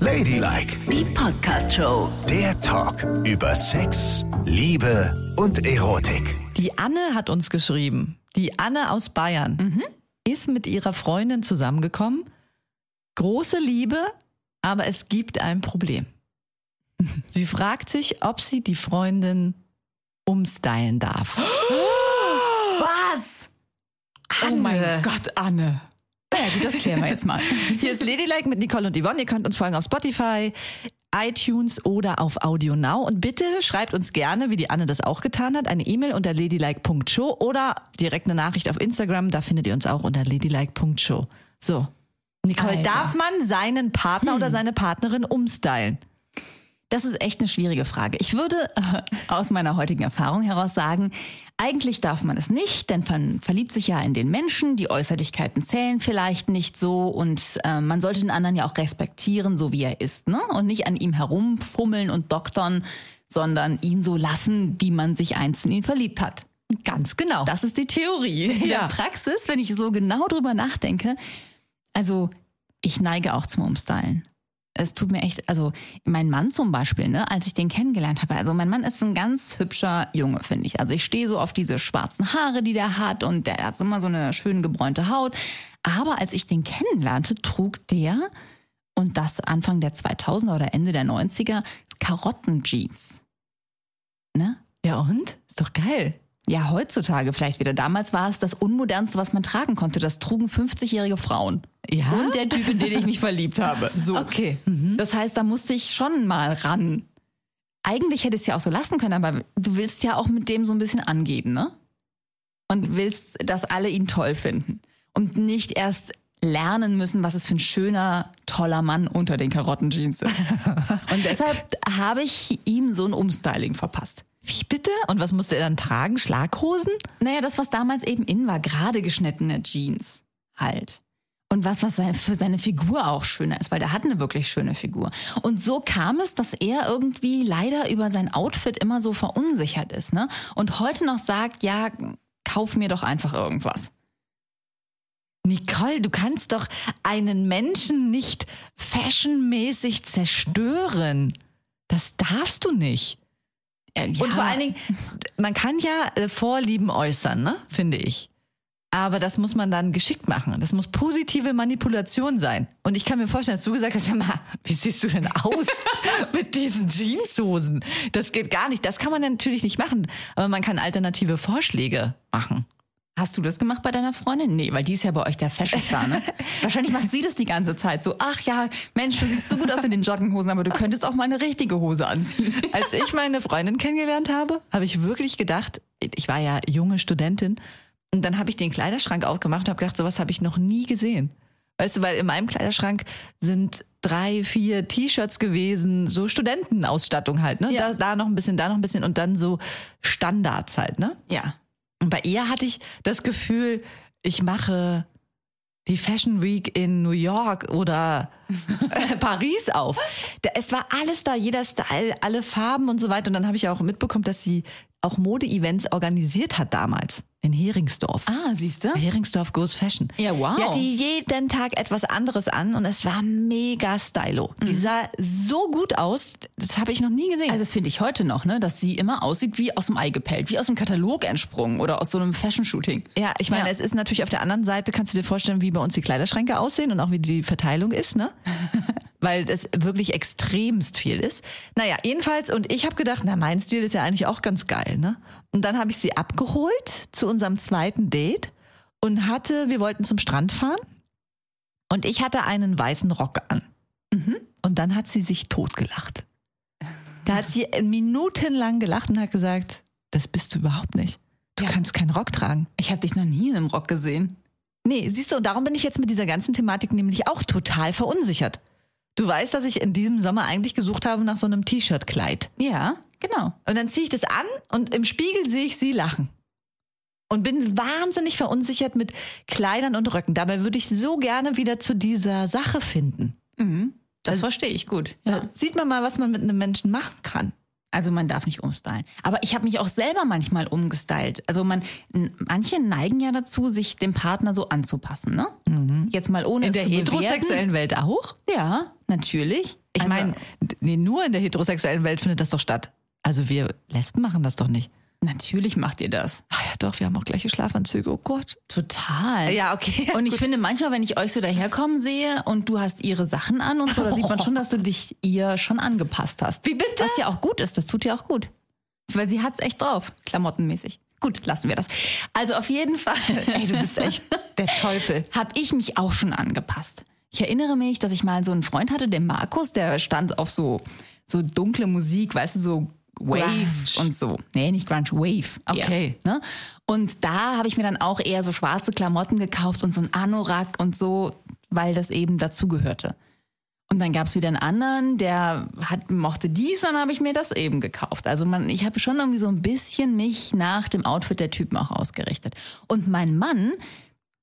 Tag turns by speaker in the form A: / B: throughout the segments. A: Ladylike,
B: Die Podcast-Show.
A: der Talk über Sex, Liebe und Erotik.
C: Die Anne hat uns geschrieben. Die Anne aus Bayern ist mit ihrer Freundin zusammengekommen. Große Liebe, aber es gibt ein Problem. Sie fragt sich, ob sie die Freundin umstylen darf. Was?
D: Oh mein Gott, Anne. Ja, gut, das klären wir jetzt mal.
C: Hier ist Ladylike mit Nicole und Yvonne. Ihr könnt uns folgen auf Spotify, iTunes oder auf Audio Now. Und bitte schreibt uns gerne, wie die Anne das auch getan hat, eine E-Mail unter ladylike.show oder direkt eine Nachricht auf Instagram. Da findet ihr uns auch unter ladylike.show. So. Nicole,
D: Alter.
C: darf man seinen Partner oder seine Partnerin umstylen?
D: Das ist echt eine schwierige Frage. Ich würde äh, aus meiner heutigen Erfahrung heraus sagen, eigentlich darf man es nicht, denn man verliebt sich ja in den Menschen, die Äußerlichkeiten zählen vielleicht nicht so und äh, man sollte den anderen ja auch respektieren, so wie er ist, ne? Und nicht an ihm herumfummeln und doktern, sondern ihn so lassen, wie man sich einst in ihn verliebt hat.
C: Ganz genau.
D: Das ist die Theorie. In
C: Ja.
D: der Praxis, wenn ich so genau drüber nachdenke, also ich neige auch zum Umstylen. Es tut mir echt, also mein Mann zum Beispiel, ne, als ich den kennengelernt habe, also mein Mann ist ein ganz hübscher Junge, finde ich. Also ich stehe so auf diese schwarzen Haare, die der hat und der hat so immer so eine schön gebräunte Haut. Aber als ich den kennenlernte, trug der, und das Anfang der 2000er oder Ende der 90er, Karottenjeans. Ne?
C: ja und? Ist doch geil.
D: Ja, heutzutage vielleicht wieder. Damals war es das Unmodernste, was man tragen konnte. Das trugen 50-jährige Frauen.
C: Ja?
D: Und der Typ, in den ich mich verliebt habe. So.
C: Okay. Mhm.
D: Das heißt, da musste ich schon mal ran. Eigentlich hätte ich es ja auch so lassen können, aber du willst ja auch mit dem so ein bisschen angeben, ne? Und willst, dass alle ihn toll finden. Und nicht erst lernen müssen, was es für ein schöner, toller Mann unter den Karottenjeans ist. Und deshalb habe ich ihm so ein Umstyling verpasst.
C: Wie bitte? Und was musste er dann tragen? Schlaghosen?
D: Naja, das, was damals eben in war, gerade geschnittene Jeans halt. Und was, was sein- für seine Figur auch schöner ist, weil der hat eine wirklich schöne Figur. Und so kam es, dass er irgendwie leider über sein Outfit immer so verunsichert ist, ne? Und heute noch sagt, ja, kauf mir doch einfach irgendwas.
C: Nicole, du kannst doch einen Menschen nicht fashionmäßig zerstören. Das darfst du nicht.
D: Äh,
C: Und
D: ja,
C: vor allen Dingen, man kann ja äh, Vorlieben äußern, ne? finde ich. Aber das muss man dann geschickt machen. Das muss positive Manipulation sein. Und ich kann mir vorstellen, dass du gesagt hast, sag mal, wie siehst du denn aus mit diesen Jeanshosen? Das geht gar nicht. Das kann man natürlich nicht machen. Aber man kann alternative Vorschläge machen.
D: Hast du das gemacht bei deiner Freundin? Nee, weil die ist ja bei euch der Fashion-Star, ne? Wahrscheinlich macht sie das die ganze Zeit so. Ach ja, Mensch, du siehst so gut aus in den Jogginghosen, aber du könntest auch mal eine richtige Hose anziehen.
C: Als ich meine Freundin kennengelernt habe, habe ich wirklich gedacht, ich war ja junge Studentin, und dann habe ich den Kleiderschrank aufgemacht und habe gedacht, sowas habe ich noch nie gesehen. Weißt du, weil in meinem Kleiderschrank sind drei, vier T-Shirts gewesen, so Studentenausstattung halt, ne?
D: Ja.
C: Da, da noch ein bisschen, da noch ein bisschen und dann so Standards halt, ne?
D: Ja,
C: Und bei ihr hatte ich das Gefühl, ich mache die Fashion Week in New York oder Paris auf. Da- Es war alles da, jeder Style, alle Farben und so weiter. Und dann habe ich auch mitbekommen, dass sie auch Mode-Events organisiert hat damals in Heringsdorf.
D: Ah, siehst du?
C: Heringsdorf Goes Fashion.
D: Ja, wow.
C: Die hatte jeden Tag etwas anderes an und es war mega stylo.
D: Mhm.
C: Die sah so gut aus, das habe ich noch nie gesehen.
D: Also das finde ich heute noch, ne, dass sie immer aussieht wie aus dem Ei gepellt, wie aus dem Katalog entsprungen oder aus so einem Fashion Shooting.
C: Ja, ich meine,
D: Ja.
C: es ist natürlich auf der anderen Seite, kannst du dir vorstellen, wie bei uns die Kleiderschränke aussehen und auch wie die Verteilung ist, ne? Weil das wirklich extremst viel ist. Naja, jedenfalls, und ich habe gedacht, na, mein Stil ist ja eigentlich auch ganz geil, ne? Und dann habe ich sie abgeholt zu unserem zweiten Date und hatte, wir wollten zum Strand fahren und ich hatte einen weißen Rock an.
D: Mhm.
C: Und dann hat sie sich totgelacht. Da hat sie minutenlang gelacht und hat gesagt, das bist du überhaupt nicht. Du
D: Ja.
C: kannst keinen Rock tragen.
D: Ich habe dich noch nie in einem Rock gesehen.
C: Nee, siehst du, und darum bin ich jetzt mit dieser ganzen Thematik nämlich auch total verunsichert. Du weißt, dass ich in diesem Sommer eigentlich gesucht habe nach so einem T-Shirt-Kleid.
D: Ja, genau.
C: Und dann ziehe ich das an und im Spiegel sehe ich sie lachen. Und bin wahnsinnig verunsichert mit Kleidern und Röcken. Dabei würde ich so gerne wieder zu dieser Sache finden.
D: Mhm. Das verstehe ich gut.
C: Da sieht man mal, was man mit einem Menschen machen kann.
D: Also man darf nicht umstylen. Aber ich habe mich auch selber manchmal umgestylt. Also man, n- manche neigen ja dazu, sich Mhm. dem Partner so anzupassen, ne? Jetzt mal ohne es zu bewerten.
C: Welt auch?
D: Ja, natürlich.
C: Ich
D: Also,
C: meine, nee, nur in der heterosexuellen Welt findet das doch statt. Also wir Lesben machen das doch nicht.
D: natürlich macht ihr das.
C: Ah ja, doch, wir haben auch gleiche Schlafanzüge. Oh Gott.
D: Total.
C: Ja, okay.
D: Und ich finde manchmal, wenn ich euch so daherkommen sehe und du hast ihre Sachen an und so, da sieht man schon, dass du dich ihr schon angepasst hast.
C: Wie bitte?
D: Was ja auch gut ist, das tut ja auch gut. Weil sie hat's echt drauf, klamottenmäßig. Gut, lassen wir das. Also auf jeden Fall. Ey, du bist echt
C: der Teufel.
D: habe ich mich auch schon angepasst. Ich erinnere mich, dass ich mal so einen Freund hatte, den Markus, der stand auf so, so dunkle Musik, weißt du, so Wave
C: Grunge.
D: und so. Nee, nicht Grunge, Wave. eher,
C: Okay.
D: ne? Und da habe ich mir dann auch eher so schwarze Klamotten gekauft und so ein Anorak und so, weil das eben dazugehörte. Und dann gab es wieder einen anderen, der hat, mochte dies, dann habe ich mir das eben gekauft. Also man, ich habe schon irgendwie so ein bisschen mich nach dem Outfit der Typen auch ausgerichtet. Und mein Mann,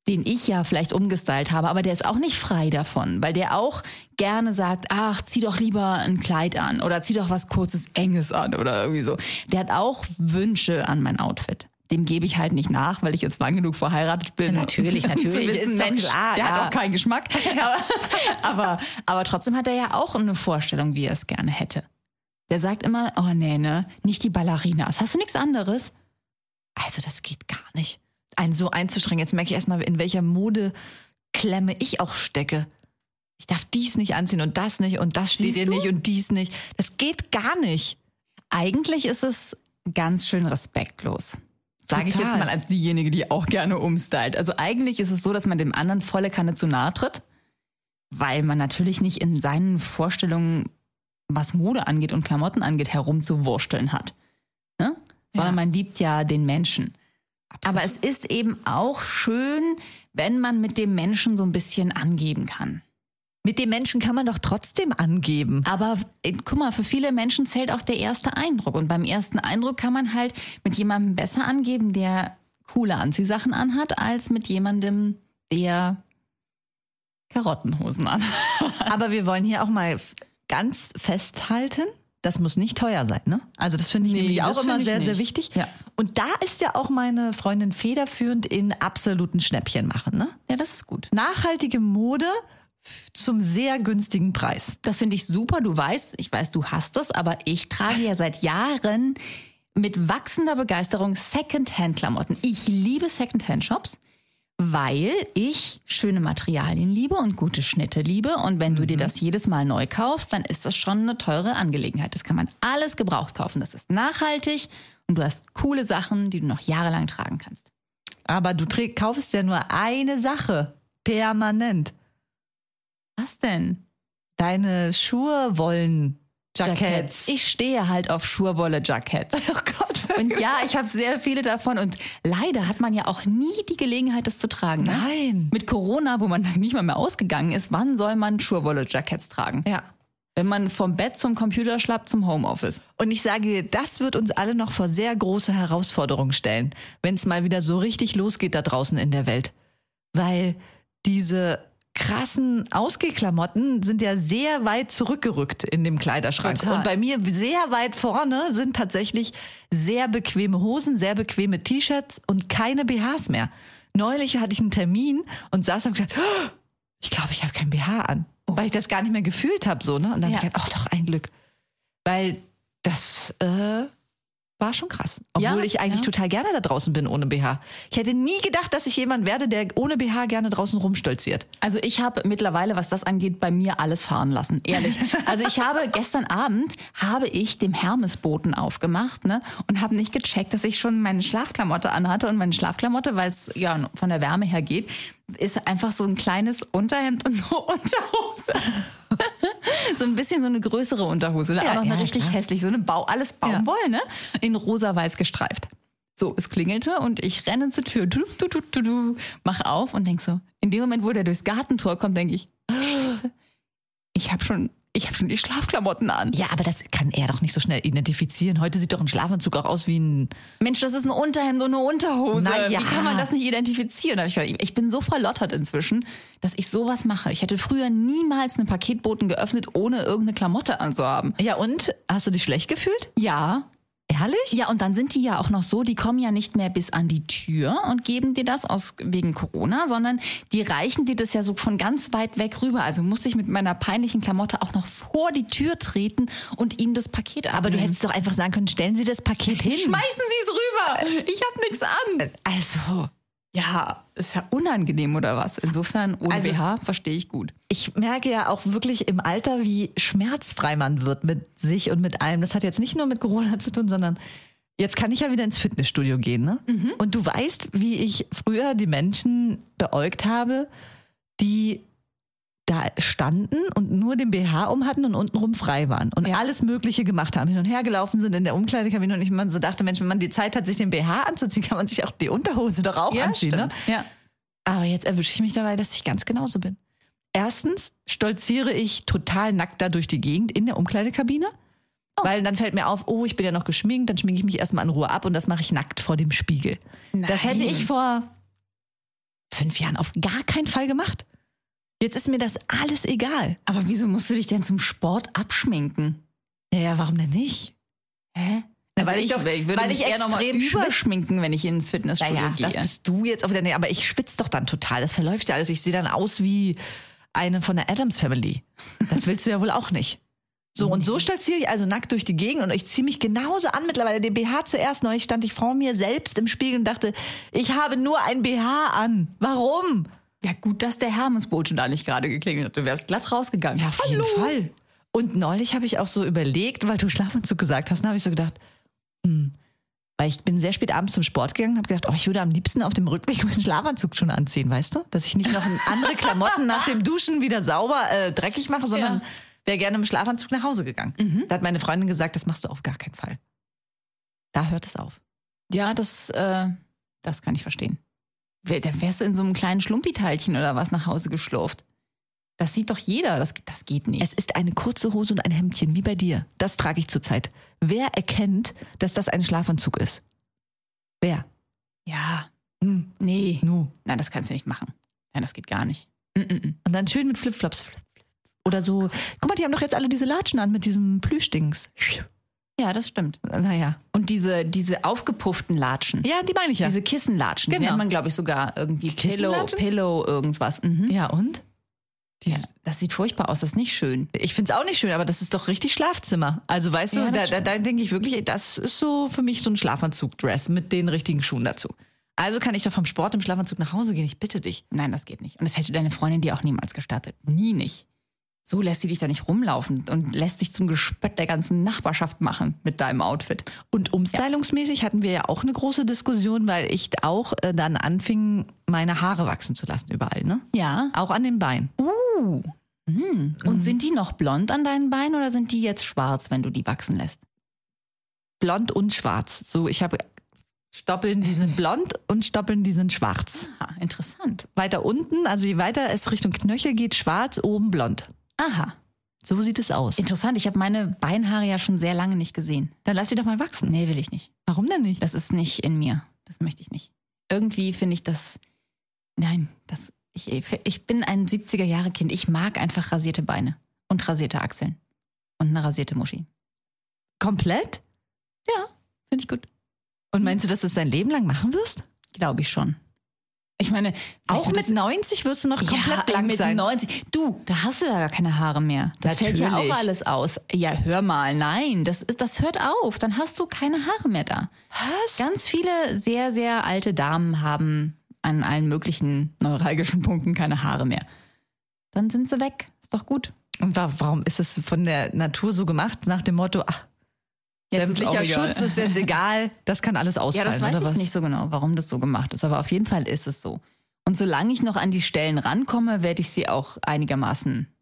D: den ich ja vielleicht umgestylt habe, aber der ist auch nicht frei davon, weil der auch gerne sagt, ach, zieh doch lieber ein Kleid an oder zieh doch was kurzes, enges an oder irgendwie so. Der hat auch Wünsche an mein Outfit. Dem gebe ich halt nicht nach, weil ich jetzt lang genug verheiratet bin. um
C: Natürlich, natürlich,
D: Zu wissen,
C: ist doch
D: Mensch,
C: klar,
D: der
C: ja.
D: hat auch keinen Geschmack. Aber, aber, aber trotzdem hat er ja auch eine Vorstellung, wie er es gerne hätte. Der sagt immer, oh nee, ne, nicht die Ballerinas. Hast du nichts anderes?
C: Also das geht gar nicht. Einen so einzuschränken. Jetzt merke ich erstmal, in welcher Modeklemme ich auch stecke. Ich darf dies nicht anziehen und das nicht und das steht
D: Siehst
C: dir
D: du?
C: nicht und dies nicht. Das geht gar nicht.
D: Eigentlich ist es ganz schön respektlos. Sage ich jetzt
C: Total.
D: mal als diejenige, die auch gerne umstylt. Also eigentlich ist es so, dass man dem anderen volle Kanne zu nahe tritt, weil man natürlich nicht in seinen Vorstellungen, was Mode angeht und Klamotten angeht, herumzuwursteln hat. Ne? Sondern
C: Ja.
D: man liebt ja den Menschen. Aber es ist eben auch schön, wenn man mit dem Menschen so ein bisschen angeben kann.
C: Mit dem Menschen kann man doch trotzdem angeben.
D: Aber äh, guck mal, für viele Menschen zählt auch der erste Eindruck. Und beim ersten Eindruck kann man halt mit jemandem besser angeben, der coole Anziehsachen anhat, als mit jemandem, der Karottenhosen anhat.
C: Aber wir wollen hier auch mal f- ganz festhalten, das muss nicht teuer sein. Ne? Also das finde ich
D: Nee,
C: nämlich
D: das
C: auch immer
D: finde ich
C: sehr, sehr
D: nicht.
C: wichtig.
D: Ja.
C: Und da ist ja auch meine Freundin federführend in absoluten Schnäppchen machen. Ne?
D: Ja, das ist gut.
C: Nachhaltige Mode zum sehr günstigen Preis.
D: Das finde ich super. Du weißt, ich weiß, du hast das, aber ich trage ja seit Jahren mit wachsender Begeisterung Secondhand-Klamotten. Ich liebe Secondhand-Shops, weil ich schöne Materialien liebe und gute Schnitte liebe. Und wenn du dir das jedes Mal neu kaufst, dann ist das schon eine teure Angelegenheit. Das kann man alles gebraucht kaufen. Das ist nachhaltig und du hast coole Sachen, die du noch jahrelang tragen kannst.
C: Aber du trä- kaufst ja nur eine Sache permanent.
D: Was denn?
C: Deine Schuhe wollen Jackets.
D: Ich stehe halt auf Schurwolle-Jackets.
C: Oh Gott.
D: Und ja, ich habe sehr viele davon. Und leider hat man ja auch nie die Gelegenheit, das zu tragen. Ne?
C: Nein.
D: Mit Corona, wo man nicht mal mehr ausgegangen ist, wann soll man Schurwolle-Jackets tragen?
C: Ja.
D: Wenn man vom Bett zum Computer schlappt, zum Homeoffice.
C: Und ich sage dir, das wird uns alle noch vor sehr große Herausforderungen stellen, wenn es mal wieder so richtig losgeht da draußen in der Welt. Weil diese krassen Ausgeklamotten sind ja sehr weit zurückgerückt in dem Kleiderschrank.
D: Total.
C: Und bei mir sehr weit vorne sind tatsächlich sehr bequeme Hosen, sehr bequeme T-Shirts und keine BHs mehr. Neulich hatte ich einen Termin und saß und hab gedacht, "Oh, ich glaube, ich habe kein BH an. Weil ich das gar nicht mehr gefühlt habe, so, ne? Und dann
D: Ja.
C: hab ich gedacht, ach doch, ein Glück. Weil das äh, war schon krass.
D: Ja,
C: Obwohl ich eigentlich
D: ja.
C: total gerne da draußen bin ohne BH. Ich hätte nie gedacht, dass ich jemand werde, der ohne BH gerne draußen rumstolziert.
D: Also ich habe mittlerweile, was das angeht, bei mir alles fahren lassen, ehrlich. Also ich habe gestern Abend habe ich dem Hermesboten aufgemacht, ne, und habe nicht gecheckt, dass ich schon meine Schlafklamotte anhatte und meine Schlafklamotte, weil es ja von der Wärme her geht, ist einfach so ein kleines Unterhemd und eine Unterhose. so ein bisschen so eine größere Unterhose, da
C: Ja,
D: auch noch
C: ja,
D: eine richtig
C: klar.
D: hässlich, so eine Bau, alles Baumwoll, ne, in rosa-weiß gestreift. So, es klingelte und ich renne zur Tür, du, du, du, du, du, mach auf und denk so. In dem Moment, wo der durchs Gartentor kommt, denk ich, "Ah, Scheiße, ich habe schon, ich habe schon die Schlafklamotten an.
C: Ja, aber das kann er doch nicht so schnell identifizieren. Heute sieht doch ein Schlafanzug auch aus wie ein.
D: Mensch, das ist ein Unterhemd und eine Unterhose.
C: Na ja.
D: Wie kann man das nicht identifizieren? Da hab ich, gedacht, ich bin so verlottert inzwischen, dass ich sowas mache. Ich hätte früher niemals einen Paketboten geöffnet, ohne irgendeine Klamotte anzuhaben.
C: Ja, und? Hast du dich schlecht gefühlt?
D: Ja,
C: Ja, Ehrlich?
D: Ja, und dann sind die ja auch noch so, die kommen ja nicht mehr bis an die Tür und geben dir das aus wegen Corona, sondern die reichen dir das ja so von ganz weit weg rüber. Also musste ich mit meiner peinlichen Klamotte auch noch vor die Tür treten und ihm das Paket abnehmen.
C: Aber du hättest doch einfach sagen können, stellen Sie das Paket hin.
D: Schmeißen Sie es rüber. Ich habe nichts an.
C: Also,
D: Ja, ist ja unangenehm oder was? Insofern ohne
C: Also-
D: BH verstehe ich gut.
C: ich merke ja auch wirklich im Alter, wie schmerzfrei man wird mit sich und mit allem. Das hat jetzt nicht nur mit Corona zu tun, sondern jetzt kann ich ja wieder ins Fitnessstudio gehen. Ne?
D: Mhm.
C: Und du weißt, wie ich früher die Menschen beäugt habe, die da standen und nur den BH um hatten und untenrum frei waren und
D: Ja.
C: alles Mögliche gemacht haben, hin und her gelaufen sind in der Umkleidekabine und ich man so dachte, Mensch, wenn man die Zeit hat, sich den BH anzuziehen, kann man sich auch die Unterhose doch auch anziehen. Ne?
D: Ja.
C: Aber jetzt erwische ich mich dabei, dass ich ganz genauso bin. Erstens stolziere ich total nackt da durch die Gegend in der Umkleidekabine. Weil dann fällt mir auf, oh, ich bin ja noch geschminkt, dann schminke ich mich erstmal in Ruhe ab und das mache ich nackt vor dem Spiegel. Das hätte ich vor fünf Jahren auf gar keinen Fall gemacht. Jetzt ist mir das alles egal.
D: Aber wieso musst du dich denn zum Sport abschminken?
C: Naja, warum denn nicht?
D: Hä? Also
C: Na, weil ich doch-
D: würde
C: weil
D: mich
C: ich
D: eher nochmal
C: extrem schwitze.
D: überschminken, wenn ich ins Fitnessstudio
C: Naja,
D: gehe.
C: das bist du jetzt auch wieder. Nee, aber ich schwitze doch dann total. Das verläuft ja alles. Ich sehe dann aus wie eine von der Adams Family. Das willst du ja wohl auch nicht. So, und so stolziere ich also nackt durch die Gegend und ich ziehe mich genauso an mittlerweile. Den BH zuerst neulich stand ich vor mir selbst im Spiegel und dachte, ich habe nur ein BH an. Warum?
D: ja, gut, dass der Hermesbote da nicht gerade geklingelt hat. Du wärst glatt rausgegangen.
C: Ja, auf jeden Fall. Und neulich habe ich auch so überlegt, weil du Schlafanzug gesagt hast, dann habe ich so gedacht, hm, weil ich bin sehr spät abends zum Sport gegangen und habe gedacht, oh, ich würde am liebsten auf dem Rückweg meinen Schlafanzug schon anziehen, weißt du? Dass ich nicht noch andere Klamotten nach dem Duschen wieder sauber äh, dreckig mache, sondern
D: Ja.
C: wäre gerne im Schlafanzug nach Hause gegangen. Da hat meine Freundin gesagt, das machst du auf gar keinen Fall. Da hört es auf.
D: Ja, das, äh, das kann ich verstehen. Wär- Dann wärst du in so einem kleinen Schlumpiteilchen oder was nach Hause geschlurft. Das sieht doch jeder. Das, das geht nicht.
C: Es ist eine kurze Hose und ein Hemdchen, wie bei dir. Das trage ich zurzeit. Wer erkennt, dass das ein Schlafanzug ist? Wer?
D: ja,
C: Hm.
D: nee.
C: Nu.
D: Nein, das kannst du nicht machen. Nein, das geht gar nicht. Mm -mm.
C: Und dann schön mit Flipflops. Oder so. Guck mal, die haben doch jetzt alle diese Latschen an mit diesem Plüschdings.
D: Ja, das stimmt.
C: Naja.
D: Und diese, diese aufgepufften Latschen.
C: Ja, die meine ich ja.
D: Diese Kissenlatschen,
C: Genau.
D: die nennt man, glaube ich, sogar irgendwie Pillow,
C: Kissenlatschen?
D: Pillow irgendwas. Mhm.
C: ja, und? Die,
D: Ja, das sieht furchtbar aus, das ist nicht schön.
C: Ich finde es auch nicht schön, aber das ist doch richtig Schlafzimmer. Also, weißt
D: Ja,
C: du, da,
D: das
C: da, da denke ich wirklich, das ist so für mich so ein Schlafanzug-Dress mit den richtigen Schuhen dazu. Also kann ich doch vom Sport im Schlafanzug nach Hause gehen, ich bitte dich.
D: Nein, das geht nicht. Und das hätte deine Freundin dir auch niemals gestattet. Nie nicht. So lässt sie dich da nicht rumlaufen und lässt dich zum Gespött der ganzen Nachbarschaft machen mit deinem Outfit.
C: Und umstylungsmäßig hatten wir ja auch eine große Diskussion, weil ich auch äh, dann anfing, meine Haare wachsen zu lassen überall, ne?
D: Ja. hm.
C: Auch an den Beinen.
D: Und sind die noch blond an deinen Beinen oder sind die jetzt schwarz, wenn du die wachsen lässt?
C: blond und schwarz. So, ich habe Stoppeln, die sind blond und Stoppeln, die sind schwarz.
D: Aha, interessant.
C: Weiter unten, also je weiter es Richtung Knöchel geht, schwarz, oben blond.
D: Aha.
C: So sieht es aus.
D: Interessant, ich habe meine Beinhaare ja schon sehr lange nicht gesehen.
C: Dann lass sie doch mal wachsen.
D: Nee, will ich nicht.
C: Warum denn nicht?
D: Das ist nicht in mir. Das möchte ich nicht. Irgendwie finde ich das. Nein, das. Ich, ich bin ein 70er-Jahre-Kind. Ich mag einfach rasierte Beine und rasierte Achseln. Und eine rasierte Muschi.
C: Komplett?
D: Ja, finde ich gut.
C: Und meinst du, dass du es dein Leben lang machen wirst?
D: Glaube ich schon. Ich meine,
C: Auch mit
D: das,
C: 90 wirst du noch komplett
D: ja,
C: blank
D: mit
C: sein.
D: 90. Du, da hast du da gar keine Haare mehr. Das fällt ja
C: Natürlich.
D: auch alles aus. Ja, hör mal, nein, das, ist- das hört auf. Dann hast du keine Haare mehr da.
C: Was?
D: Ganz viele sehr, sehr alte Damen haben an allen möglichen neuralgischen Punkten keine Haare mehr. Dann sind sie weg. Ist doch gut.
C: Und wa- warum ist es von der Natur so gemacht, nach dem Motto, ach,
D: Jetzt ist
C: sämtlicher
D: auch egal.
C: Schutz ist jetzt egal, das kann alles
D: Ja,
C: ausfallen,
D: das weiß
C: oder
D: ich
C: was?
D: nicht so genau, warum das so gemacht ist, aber auf jeden Fall ist es so. Und solange ich noch an die Stellen rankomme, werde ich sie auch einigermaßen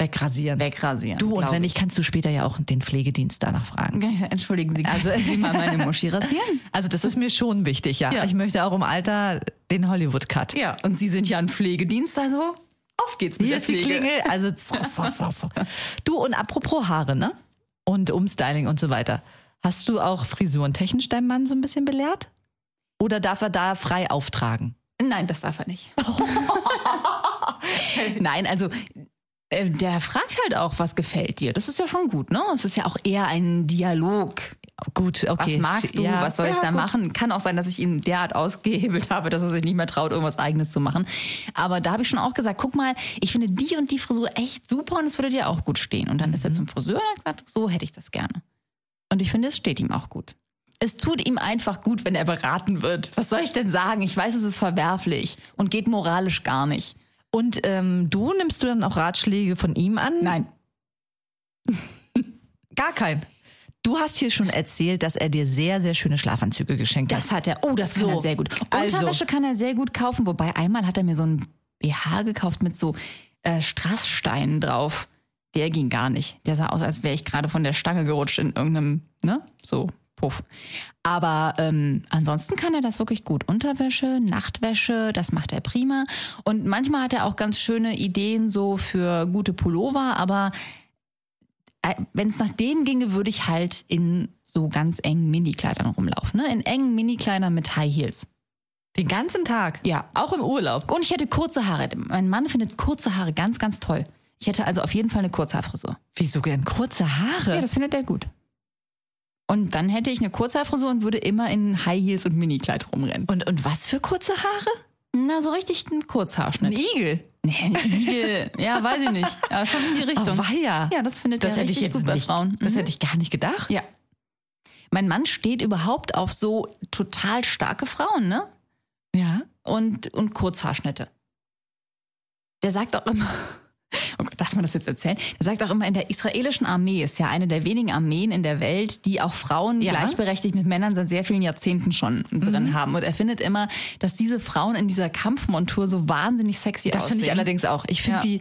C: Wegrasieren.
D: wegrasieren.
C: Du, und
D: glaub
C: wenn nicht, kannst du später ja auch den Pflegedienst danach fragen.
D: Kann ich sagen, Entschuldigen Sie, also
C: Also-
D: Sie mal meine Muschi rasieren?
C: Also das ist mir schon wichtig, ja.
D: Ja.
C: Ich möchte auch im Alter den Hollywood-Cut.
D: Ja, und Sie sind ja ein Pflegedienst, also auf geht's mit
C: Hier
D: der
C: ist die
D: Pflege.
C: Klingel. Also du und apropos Haare, ne? Und Umstyling und so weiter. Hast du auch frisurentechnisch deinen Mann so ein bisschen belehrt? Oder darf er da frei auftragen?
D: Nein, das darf er nicht. Nein, also äh, der fragt halt auch, was gefällt dir. Das ist ja schon gut, ne? Es ist ja auch eher ein Dialog.
C: Gut,
D: Was
C: okay.
D: magst du?
C: Ja.
D: Was soll ich
C: Ja,
D: da
C: gut.
D: machen? Kann auch sein, dass ich ihn derart ausgehebelt habe, dass er sich nicht mehr traut, irgendwas Eigenes zu machen. Aber da habe ich schon auch gesagt, guck mal, ich finde die und die Frisur echt super und es würde dir auch gut stehen. Und dann ist er
C: Mhm.
D: zum Friseur und hat gesagt, so hätte ich das gerne. Und ich finde, es steht ihm auch gut. Es tut ihm einfach gut, wenn er beraten wird. Was soll ich denn sagen? Ich weiß, es ist verwerflich und geht moralisch gar nicht.
C: Und ähm, du nimmst du dann auch Ratschläge von ihm an?
D: Nein,
C: Gar keinen. Du hast hier schon erzählt, dass er dir sehr, sehr schöne Schlafanzüge geschenkt hat.
D: Das hat er. Oh, das kann
C: So,
D: er sehr gut.
C: also.
D: Unterwäsche kann er sehr gut kaufen. Wobei einmal hat er mir so ein BH gekauft mit so äh, Strasssteinen drauf. Der ging gar nicht. Der sah aus, als wäre ich gerade von der Stange gerutscht in irgendeinem, ne? So, puff. Aber ähm, ansonsten kann er das wirklich gut. Unterwäsche, Nachtwäsche, das macht er prima. Und manchmal hat er auch ganz schöne Ideen so für gute Pullover, aber wenn es Äh, nach dem ginge, würde ich halt in so ganz engen Minikleidern rumlaufen. Ne? In engen Minikleidern mit High Heels.
C: Den ganzen Tag?
D: Ja.
C: Auch im Urlaub?
D: Und ich hätte kurze Haare. Mein Mann findet kurze Haare ganz, ganz toll. Ich hätte also auf jeden Fall eine Kurzhaarfrisur.
C: Wieso gern kurze Haare?
D: Ja, das findet er gut. Und dann hätte ich eine Kurzhaarfrisur und würde immer in High Heels und Minikleid rumrennen.
C: und, und was für kurze Haare?
D: Na, so richtig einen
C: Ein
D: Kurzhaarschnitt.
C: Igel?
D: Nee, ein Igel. ja, weiß ich nicht. Ja, schon in die Richtung.
C: Oh, weia.
D: ja, das findet
C: das
D: er
C: hätte ich
D: richtig
C: jetzt
D: gut bei
C: nicht,
D: Frauen.
C: Das
D: Mhm.
C: hätte ich gar nicht gedacht.
D: Ja. Mein Mann steht überhaupt auf so total starke Frauen, ne?
C: Ja.
D: Und, und Kurzhaarschnitte. Der sagt auch immer, oh Gott, darf man das jetzt erzählen? Der sagt auch immer, in der israelischen Armee ist ja eine der wenigen Armeen in der Welt, die auch Frauen
C: Ja. Mhm.
D: gleichberechtigt mit Männern seit sehr vielen Jahrzehnten schon drin haben. Und er findet immer, dass diese Frauen in dieser Kampfmontur so wahnsinnig sexy
C: Das
D: aussehen.
C: finde ich allerdings auch. Ich finde
D: Ja.
C: die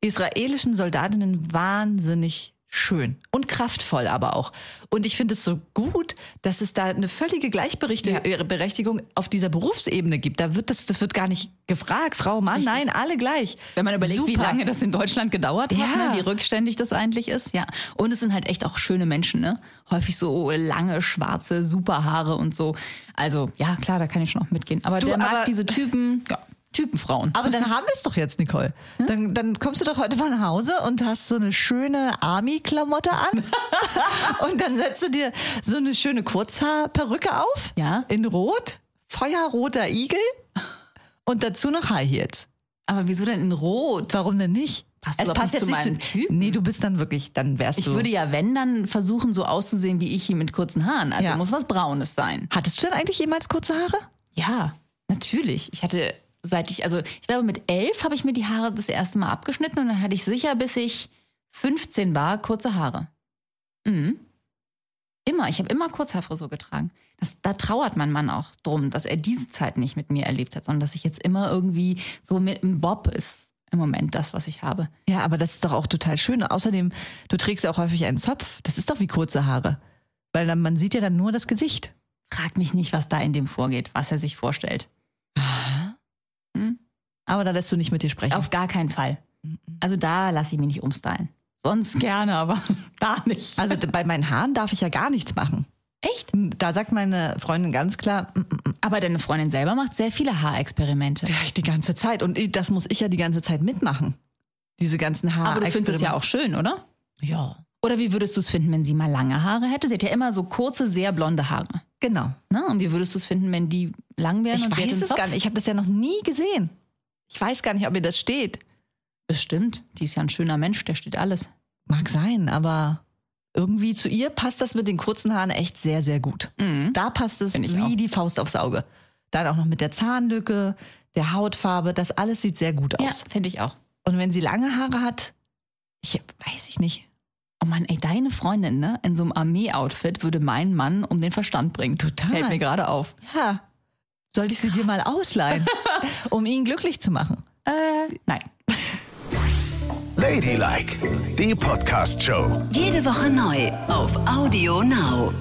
C: israelischen Soldatinnen wahnsinnig schön und kraftvoll aber auch. Und ich finde es so gut, dass es da eine völlige Gleichberechtigung äh, auf dieser Berufsebene gibt. Da wird das, das wird gar nicht gefragt, Frau, Mann,
D: Richtig.
C: nein, alle gleich.
D: Wenn man überlegt, wie
C: Super.
D: lange das in Deutschland gedauert
C: Ja.
D: hat, ne? wie rückständig das eigentlich ist, ja. Und es sind halt echt auch schöne Menschen, ne? Häufig so lange, schwarze, super Haare und so. Also, ja, klar, da kann ich schon auch mitgehen. Aber
C: Du,
D: der
C: aber-
D: mag diese Typen, ja, Typenfrauen.
C: Aber dann haben wir es doch jetzt, Nicole. Dann, dann kommst du doch heute mal nach Hause und hast so eine schöne Army-Klamotte an. und dann setzt du dir so eine schöne Kurzhaarperücke auf.
D: Ja.
C: In Rot. Feuerroter Igel. Und dazu noch High Heels.
D: Aber wieso denn in Rot?
C: Warum denn nicht?
D: Passt überhaupt nicht zu meinem Typen.
C: Nee, du bist dann wirklich, dann wärst
D: Ich
C: du.
D: würde ja, wenn, dann versuchen, so auszusehen wie ich hier mit kurzen Haaren. Also
C: Ja.
D: muss was Braunes sein.
C: Hattest du denn eigentlich jemals kurze Haare?
D: Ja, natürlich. Ich hatte, seit ich, also ich glaube, mit elf habe ich mir die Haare das erste Mal abgeschnitten und dann hatte ich sicher, bis ich 15 war, kurze Haare. Mhm. Immer, ich habe immer Kurzhaarfrisur getragen. Das, da trauert mein Mann auch drum, dass er diese Zeit nicht mit mir erlebt hat, sondern dass ich jetzt immer irgendwie so mit einem Bob ist im Moment das, was ich habe.
C: Ja, aber das ist doch auch total schön. Außerdem, du trägst ja auch häufig einen Zopf. Das ist doch wie kurze Haare. Weil dann, man sieht ja dann nur das Gesicht.
D: Frag mich nicht, was da in dem vorgeht, was er sich vorstellt. Hm?
C: Aber da lässt du nicht mit dir sprechen.
D: Auf gar keinen Fall. Also da lasse ich mich nicht umstylen. Sonst gerne, aber da nicht.
C: Also d- bei meinen Haaren darf ich ja gar nichts machen. Hm,
D: echt?
C: Da sagt meine Freundin ganz klar, "Mm, mm, mm."
D: Aber deine Freundin selber macht sehr viele Haarexperimente.
C: ja, ich die ganze Zeit. Und ich- das muss ich ja die ganze Zeit mitmachen. Diese ganzen Haare.
D: Aber du findest es ja auch schön, oder?
C: Ja.
D: Ah, Oder wie würdest du es finden, wenn sie mal lange Haare hätte? Sie hat ja immer so kurze, sehr blonde Haare.
C: Genau.
D: Ne? Und wie würdest du es finden, wenn die lang wären
C: Ich
D: und sie hätte
C: weiß
D: einen
C: es
D: Zopf?
C: gar nicht. Ich habe das ja noch nie gesehen. Ich weiß gar nicht, ob ihr das steht.
D: Bestimmt. Die ist ja ein schöner Mensch, der steht alles.
C: Mag sein, aber irgendwie zu ihr passt das mit den kurzen Haaren echt sehr, sehr gut.
D: Mhm.
C: Da passt es
D: Find ich
C: wie
D: auch.
C: die Faust aufs Auge. Dann auch noch mit der Zahnlücke, der Hautfarbe. Das alles sieht sehr gut
D: Ja,
C: aus.
D: finde ich auch.
C: Und wenn sie lange Haare hat, ich weiß ich nicht.
D: Oh Mann, ey, deine Freundin, ne? In so einem Armee-Outfit würde mein Mann um den Verstand bringen. Total. Fällt mir gerade auf.
C: Ja. Sollte ich sie dir mal ausleihen, um ihn glücklich zu machen?
D: Äh, nein.
A: Ladylike, die Podcast-Show.
B: Jede Woche neu auf Audio Now.